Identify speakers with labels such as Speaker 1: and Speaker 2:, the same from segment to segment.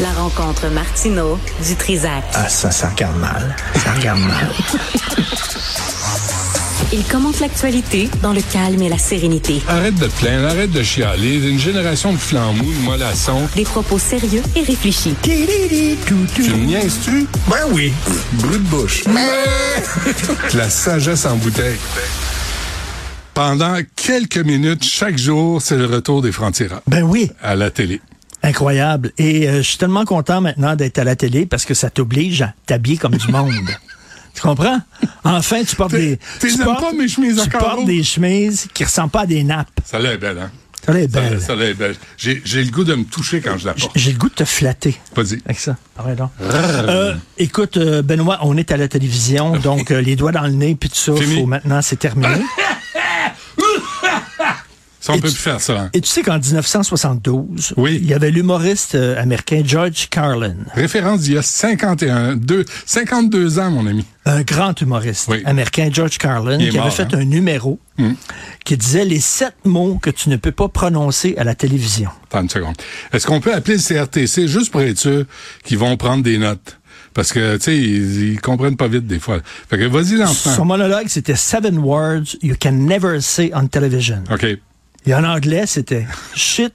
Speaker 1: La rencontre Martino du Trizac.
Speaker 2: Ah, ça, ça regarde mal. Ça regarde mal.
Speaker 1: Il commente l'actualité dans le calme et la sérénité.
Speaker 3: Arrête de te plaindre, arrête de chialer. Une génération de flambous, de mollassons.
Speaker 1: Des propos sérieux et réfléchis.
Speaker 3: Tu me niaises-tu?
Speaker 2: Ben oui.
Speaker 3: Brut de bouche. La sagesse en bouteille. Pendant quelques minutes chaque jour, c'est le retour des frontières
Speaker 2: Ben oui.
Speaker 3: à la télé.
Speaker 2: Incroyable. Et euh, je suis tellement content maintenant d'être à la télé parce que ça t'oblige à t'habiller comme du monde. Tu comprends? Enfin, tu portes
Speaker 3: T'es-
Speaker 2: des.
Speaker 3: t'es
Speaker 2: tu
Speaker 3: aimes
Speaker 2: portes-
Speaker 3: pas mes chemises à
Speaker 2: Tu
Speaker 3: carreaux?
Speaker 2: portes des chemises qui ressemblent pas à des nappes.
Speaker 3: Ça l'est belle, hein?
Speaker 2: Ça là est
Speaker 3: Ça l'est-
Speaker 2: belle.
Speaker 3: Ça l'est belle. J'ai j'ai le goût de me toucher quand je la
Speaker 2: J-
Speaker 3: porte.
Speaker 2: J'ai le goût de te flatter.
Speaker 3: Pas dit.
Speaker 2: Avec ça. Pareil donc.
Speaker 3: Ah.
Speaker 2: Euh, écoute, euh, Benoît, on est à la télévision, donc euh, les doigts dans le nez, puis tout ça,
Speaker 3: Fini.
Speaker 2: faut maintenant, c'est terminé.
Speaker 3: Ça, on
Speaker 2: Et
Speaker 3: peut
Speaker 2: tu-
Speaker 3: plus faire ça. hein?
Speaker 2: Et tu sais qu'en 1972,
Speaker 3: Oui.
Speaker 2: il y avait l'humoriste euh, américain George Carlin,
Speaker 3: Référence d'il y a 51, deux- 52 ans, mon ami.
Speaker 2: un grand humoriste
Speaker 3: Oui.
Speaker 2: américain, George Carlin,
Speaker 3: Il est
Speaker 2: qui
Speaker 3: mort,
Speaker 2: avait fait
Speaker 3: hein?
Speaker 2: un numéro qui disait les sept mots que tu ne peux pas prononcer à la télévision.
Speaker 3: Attends une seconde. Est-ce qu'on peut appeler le CRTC juste pour être sûr qu'ils vont prendre des notes? Parce que, tu sais, ils, ils comprennent pas vite des fois. Fait que vas-y,
Speaker 2: Son
Speaker 3: l'enfant.
Speaker 2: monologue, c'était Seven words you can never say on television.
Speaker 3: OK.
Speaker 2: Et en anglais, c'était shit,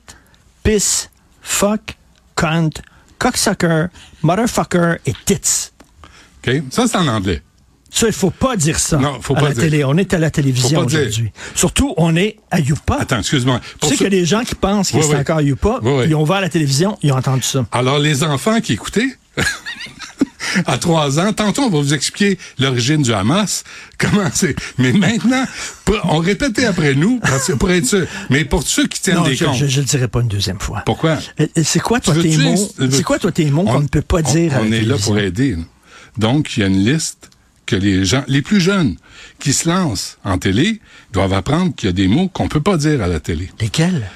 Speaker 2: piss, fuck, cunt, cocksucker, motherfucker et tits.
Speaker 3: OK. Ça, c'est en anglais.
Speaker 2: Ça, il faut pas dire ça
Speaker 3: Non, faut
Speaker 2: à
Speaker 3: pas
Speaker 2: la
Speaker 3: dire.
Speaker 2: télé. On est à la télévision
Speaker 3: Faut pas dire.
Speaker 2: aujourd'hui. Surtout, on est à Youpa.
Speaker 3: Attends, excuse-moi.
Speaker 2: Tu
Speaker 3: Pour
Speaker 2: sais
Speaker 3: ceux-
Speaker 2: qu'il y a des gens qui pensent que
Speaker 3: Oui,
Speaker 2: c'est
Speaker 3: oui.
Speaker 2: encore Youpa.
Speaker 3: Oui, oui.
Speaker 2: Ils ont ouvert la télévision, ils ont entendu ça.
Speaker 3: Alors, les enfants qui écoutaient, à trois ans, tantôt, on va vous expliquer l'origine du Hamas, comment c'est. Mais maintenant, pour- on répétait après nous, parce que pour être sûr. Mais pour ceux qui tiennent
Speaker 2: non,
Speaker 3: des
Speaker 2: je,
Speaker 3: comptes.
Speaker 2: je, je le dirai pas une deuxième fois.
Speaker 3: Pourquoi?
Speaker 2: Euh, euh, C'est quoi, toi,
Speaker 3: Tu
Speaker 2: tes
Speaker 3: veux-tu
Speaker 2: mots?
Speaker 3: inst- veux-
Speaker 2: C'est quoi, toi, tes mots qu'on
Speaker 3: On-
Speaker 2: ne peut pas
Speaker 3: on-
Speaker 2: dire à
Speaker 3: On
Speaker 2: la
Speaker 3: est là pour
Speaker 2: télévision?
Speaker 3: aider. là. Donc, il y a une liste que les gens, les plus jeunes qui se lancent en télé, doivent apprendre qu'il y a des mots qu'on peut pas dire à la télé.
Speaker 2: Lesquels?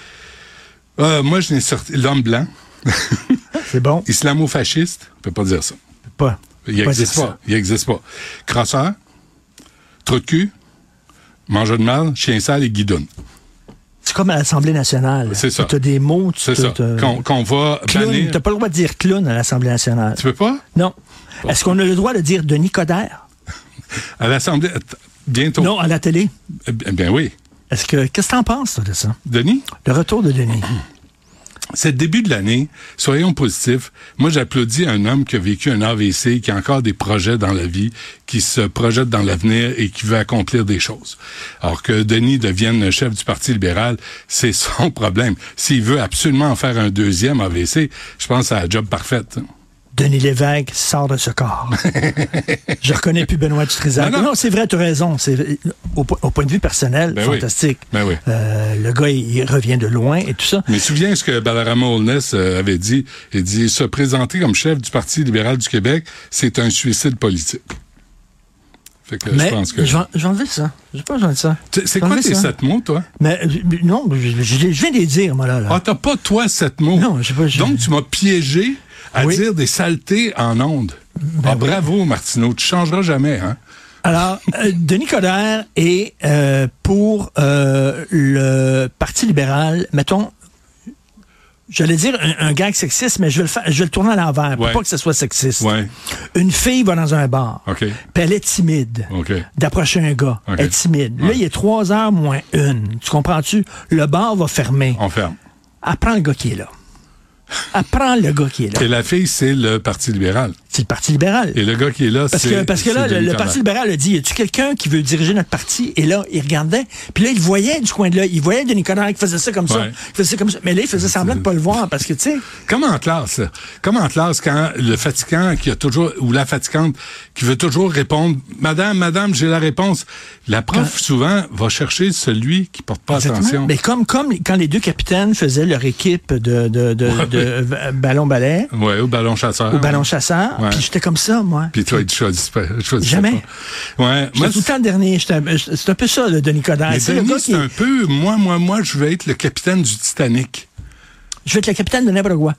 Speaker 3: Euh, moi, je n'ai sorti l'homme blanc,
Speaker 2: C'est bon.
Speaker 3: islamo-fasciste, on peut pas dire ça.
Speaker 2: Pas.
Speaker 3: Il n'existe
Speaker 2: dire
Speaker 3: pas.
Speaker 2: ça.
Speaker 3: Il n'existe pas. Crosseur, trou de cul, mangeur de mal, chien sale et guidoune.
Speaker 2: C'est comme à l'Assemblée nationale.
Speaker 3: C'est ça.
Speaker 2: Tu as des mots, tu
Speaker 3: C'est ça. Qu'on qu'on va
Speaker 2: Tu
Speaker 3: bannir.
Speaker 2: n'as euh, pas le droit de dire clown à l'Assemblée nationale.
Speaker 3: Tu peux pas?
Speaker 2: Non. Est-ce qu'on a le droit de dire de Nicodère?
Speaker 3: À l'Assemblée, att- bientôt.
Speaker 2: Non, à la télé.
Speaker 3: Eh bien, ben oui.
Speaker 2: Est-ce que qu'est-ce que t'en penses toi, de ça
Speaker 3: Denis?
Speaker 2: Le retour de Denis.
Speaker 3: C'est le début de l'année. Soyons positifs. Moi, j'applaudis un homme qui a vécu un AVC, qui a encore des projets dans la vie, qui se projette dans l'avenir et qui veut accomplir des choses. Alors que Denis devienne le chef du Parti libéral, c'est son problème. S'il veut absolument en faire un deuxième AVC, je pense à la job parfaite.
Speaker 2: Denis Lévesque sort de ce corps. Je reconnais plus Benoît Dutrisac.
Speaker 3: Non,
Speaker 2: Non,
Speaker 3: non.
Speaker 2: c'est vrai, tu as raison. C'est, au, po- au point de vue personnel,
Speaker 3: Ben oui.
Speaker 2: fantastique.
Speaker 3: Ben oui.
Speaker 2: Euh, le gars, il, il revient de loin et tout ça.
Speaker 3: Mais souviens ce que Balarama Holness euh, avait dit. Il dit, se présenter comme chef du Parti libéral du Québec, c'est un suicide politique. Fait que
Speaker 2: Mais
Speaker 3: je pense que...
Speaker 2: je vais en- je vais enlever ça. Je pas besoin de ça.
Speaker 3: Tu- C'est
Speaker 2: Je vais
Speaker 3: quoi
Speaker 2: enlever
Speaker 3: tes
Speaker 2: ça.
Speaker 3: sept mots, toi?
Speaker 2: Mais euh, non, je, je- je viens de les dire, moi, là. là.
Speaker 3: Ah, t'as pas, toi, sept mots.
Speaker 2: Non, j'ai pas- j'ai-
Speaker 3: Donc, tu m'as piégé à
Speaker 2: Oui. Ben
Speaker 3: dire des saletés en ondes. ah, bravo, Martineau. Tu changeras jamais, hein?
Speaker 2: Alors, euh, Denis Coderre est euh, pour euh, le Parti libéral, mettons, j'allais dire un, un gag sexiste, mais je vais le, faire, je vais le tourner à l'envers pour
Speaker 3: Ouais.
Speaker 2: pas que ce soit sexiste.
Speaker 3: Ouais.
Speaker 2: Une fille va dans un bar,
Speaker 3: OK.
Speaker 2: puis elle est timide
Speaker 3: OK.
Speaker 2: d'approcher un gars.
Speaker 3: OK.
Speaker 2: Elle est timide. Là,
Speaker 3: Ouais.
Speaker 2: il est trois heures moins une. Tu comprends-tu? Le bar va fermer.
Speaker 3: On ferme.
Speaker 2: Elle prend le gars qui est là. Elle prend le gars qui est là.
Speaker 3: Et la fille, c'est le Parti libéral.
Speaker 2: C'est le Parti libéral.
Speaker 3: Et le gars qui est là,
Speaker 2: Parce
Speaker 3: c'est.
Speaker 2: que, parce que
Speaker 3: c'est
Speaker 2: là, le,
Speaker 3: Denis
Speaker 2: le
Speaker 3: Coderre.
Speaker 2: Parti libéral a dit, y a-tu quelqu'un qui veut diriger notre parti? Et là, il regardait. Puis là, il voyait du coin de l'œil. Il voyait Denis Coderre qui faisait ça comme ça.
Speaker 3: Ouais.
Speaker 2: qui faisait ça comme ça. Mais là, il faisait semblant de pas le voir parce que, tu sais,
Speaker 3: Comment en classe, là? Comment en classe quand le fatigant qui a toujours, ou la fatigante qui veut toujours répondre, Madame, Madame, j'ai la réponse. La prof, souvent, va chercher celui qui porte pas
Speaker 2: Exactement. Ben-
Speaker 3: attention.
Speaker 2: Mais comme, comme quand les deux capitaines faisaient leur équipe de, de, de, de v- ballon-ballet
Speaker 3: Ouais, au ballon chasseur.
Speaker 2: ou ballon-chasseur,
Speaker 3: Ouais.
Speaker 2: puis j'étais comme ça, moi.
Speaker 3: Puis toi, tu choisis pas. tu choisis
Speaker 2: Jamais.
Speaker 3: pas. Ouais.
Speaker 2: J'étais
Speaker 3: Moi,
Speaker 2: tout le temps le dernier. J'étais un- C'est un peu ça, le Denis Coderre.
Speaker 3: Mais
Speaker 2: C'est le
Speaker 3: Denis,
Speaker 2: gars qui
Speaker 3: c'est un peu, moi, moi, moi, je vais être le capitaine du Titanic.
Speaker 2: Je vais être le capitaine de n'importe quoi.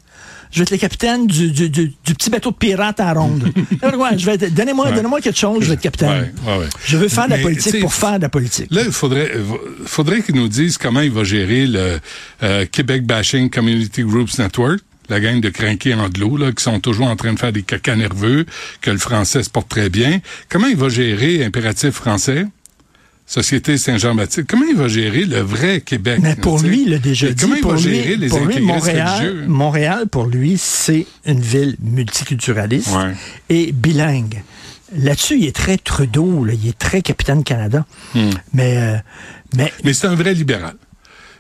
Speaker 2: Je vais être le capitaine du, du, du, du petit bateau de pirate à ronde. N'importe quoi. Je vais être- donnez-moi,
Speaker 3: Ouais.
Speaker 2: donnez-moi quelque chose, je vais être capitaine.
Speaker 3: Ouais, ouais, ouais.
Speaker 2: Je veux faire de la
Speaker 3: Mais, tu
Speaker 2: politique
Speaker 3: sais,
Speaker 2: pour faire de la politique.
Speaker 3: Là, il faudrait, euh, faudrait qu'il nous dise comment il va gérer le euh, Québec Bashing Community Groups Network. la gang de crinqués anglo, là, qui sont toujours en train de faire des cacas nerveux, que le français se porte très bien. Comment il va gérer impératif français? Société Saint-Jean-Baptiste, comment il va gérer le vrai Québec?
Speaker 2: Mais pour
Speaker 3: là,
Speaker 2: lui,
Speaker 3: tu sais?
Speaker 2: il l'a déjà
Speaker 3: Et
Speaker 2: dit.
Speaker 3: Comment il
Speaker 2: pour
Speaker 3: va
Speaker 2: lui,
Speaker 3: gérer les
Speaker 2: pour lui,
Speaker 3: intégristes
Speaker 2: Montréal,
Speaker 3: religieux?
Speaker 2: Montréal, pour lui, c'est une ville multiculturaliste
Speaker 3: Ouais.
Speaker 2: et bilingue. Là-dessus, il est très Trudeau, là, il est très capitaine Canada.
Speaker 3: Hmm.
Speaker 2: Mais, euh, mais
Speaker 3: Mais c'est un vrai libéral.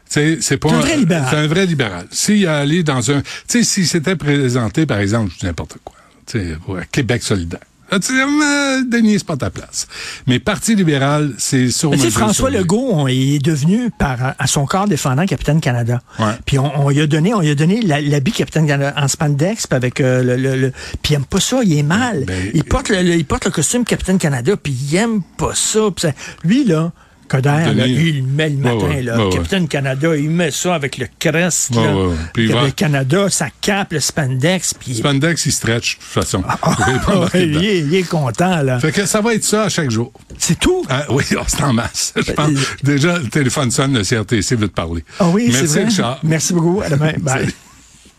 Speaker 3: C'est, c'est pas
Speaker 2: C'est un vrai libéral.
Speaker 3: C'est un vrai libéral. S'il a allé dans un, tu sais, s'il s'était présenté, par exemple, je dis n'importe quoi, tu sais, ouais, Québec solidaire. Ah, tu sais, euh, Denis, c'est pas ta place. Mais Parti libéral, c'est sur
Speaker 2: Mais tu sais,
Speaker 3: mesure,
Speaker 2: François
Speaker 3: sur-
Speaker 2: Legault, on- il est devenu, par, à son corps défendant, Capitaine Canada.
Speaker 3: Ouais.
Speaker 2: Puis on, on lui a donné, on lui a donné la- l'habit Capitaine Canada en spandex, puis avec euh, le, le- le- Puis il aime pas ça, il est mal.
Speaker 3: Ben,
Speaker 2: il, porte le, le- il porte le costume Capitaine Canada, puis il aime pas ça. puis ça- Lui, là, Coderre,
Speaker 3: Denis,
Speaker 2: là, lui, il le met le
Speaker 3: ouais,
Speaker 2: matin,
Speaker 3: ouais,
Speaker 2: là.
Speaker 3: ouais, ouais.
Speaker 2: Capitaine Canada, il met ça avec le crest,
Speaker 3: Ouais,
Speaker 2: là.
Speaker 3: ouais, ouais. Puis il
Speaker 2: Puis
Speaker 3: va-
Speaker 2: Le Canada, sa cape, le spandex, puis... il est-
Speaker 3: Spandex, il stretch, de toute façon.
Speaker 2: Ah, il, est, il est content, là.
Speaker 3: fait que ça va être ça à chaque jour.
Speaker 2: C'est tout.
Speaker 3: Ah, oui, oh, c'est en masse. Je pense.
Speaker 2: euh,
Speaker 3: Déjà, le téléphone sonne, le CRTC veut te parler.
Speaker 2: Ah oui, c'est
Speaker 3: Merci,
Speaker 2: vrai.
Speaker 3: Richard.
Speaker 2: Merci beaucoup. À demain. Bye.
Speaker 3: Salut.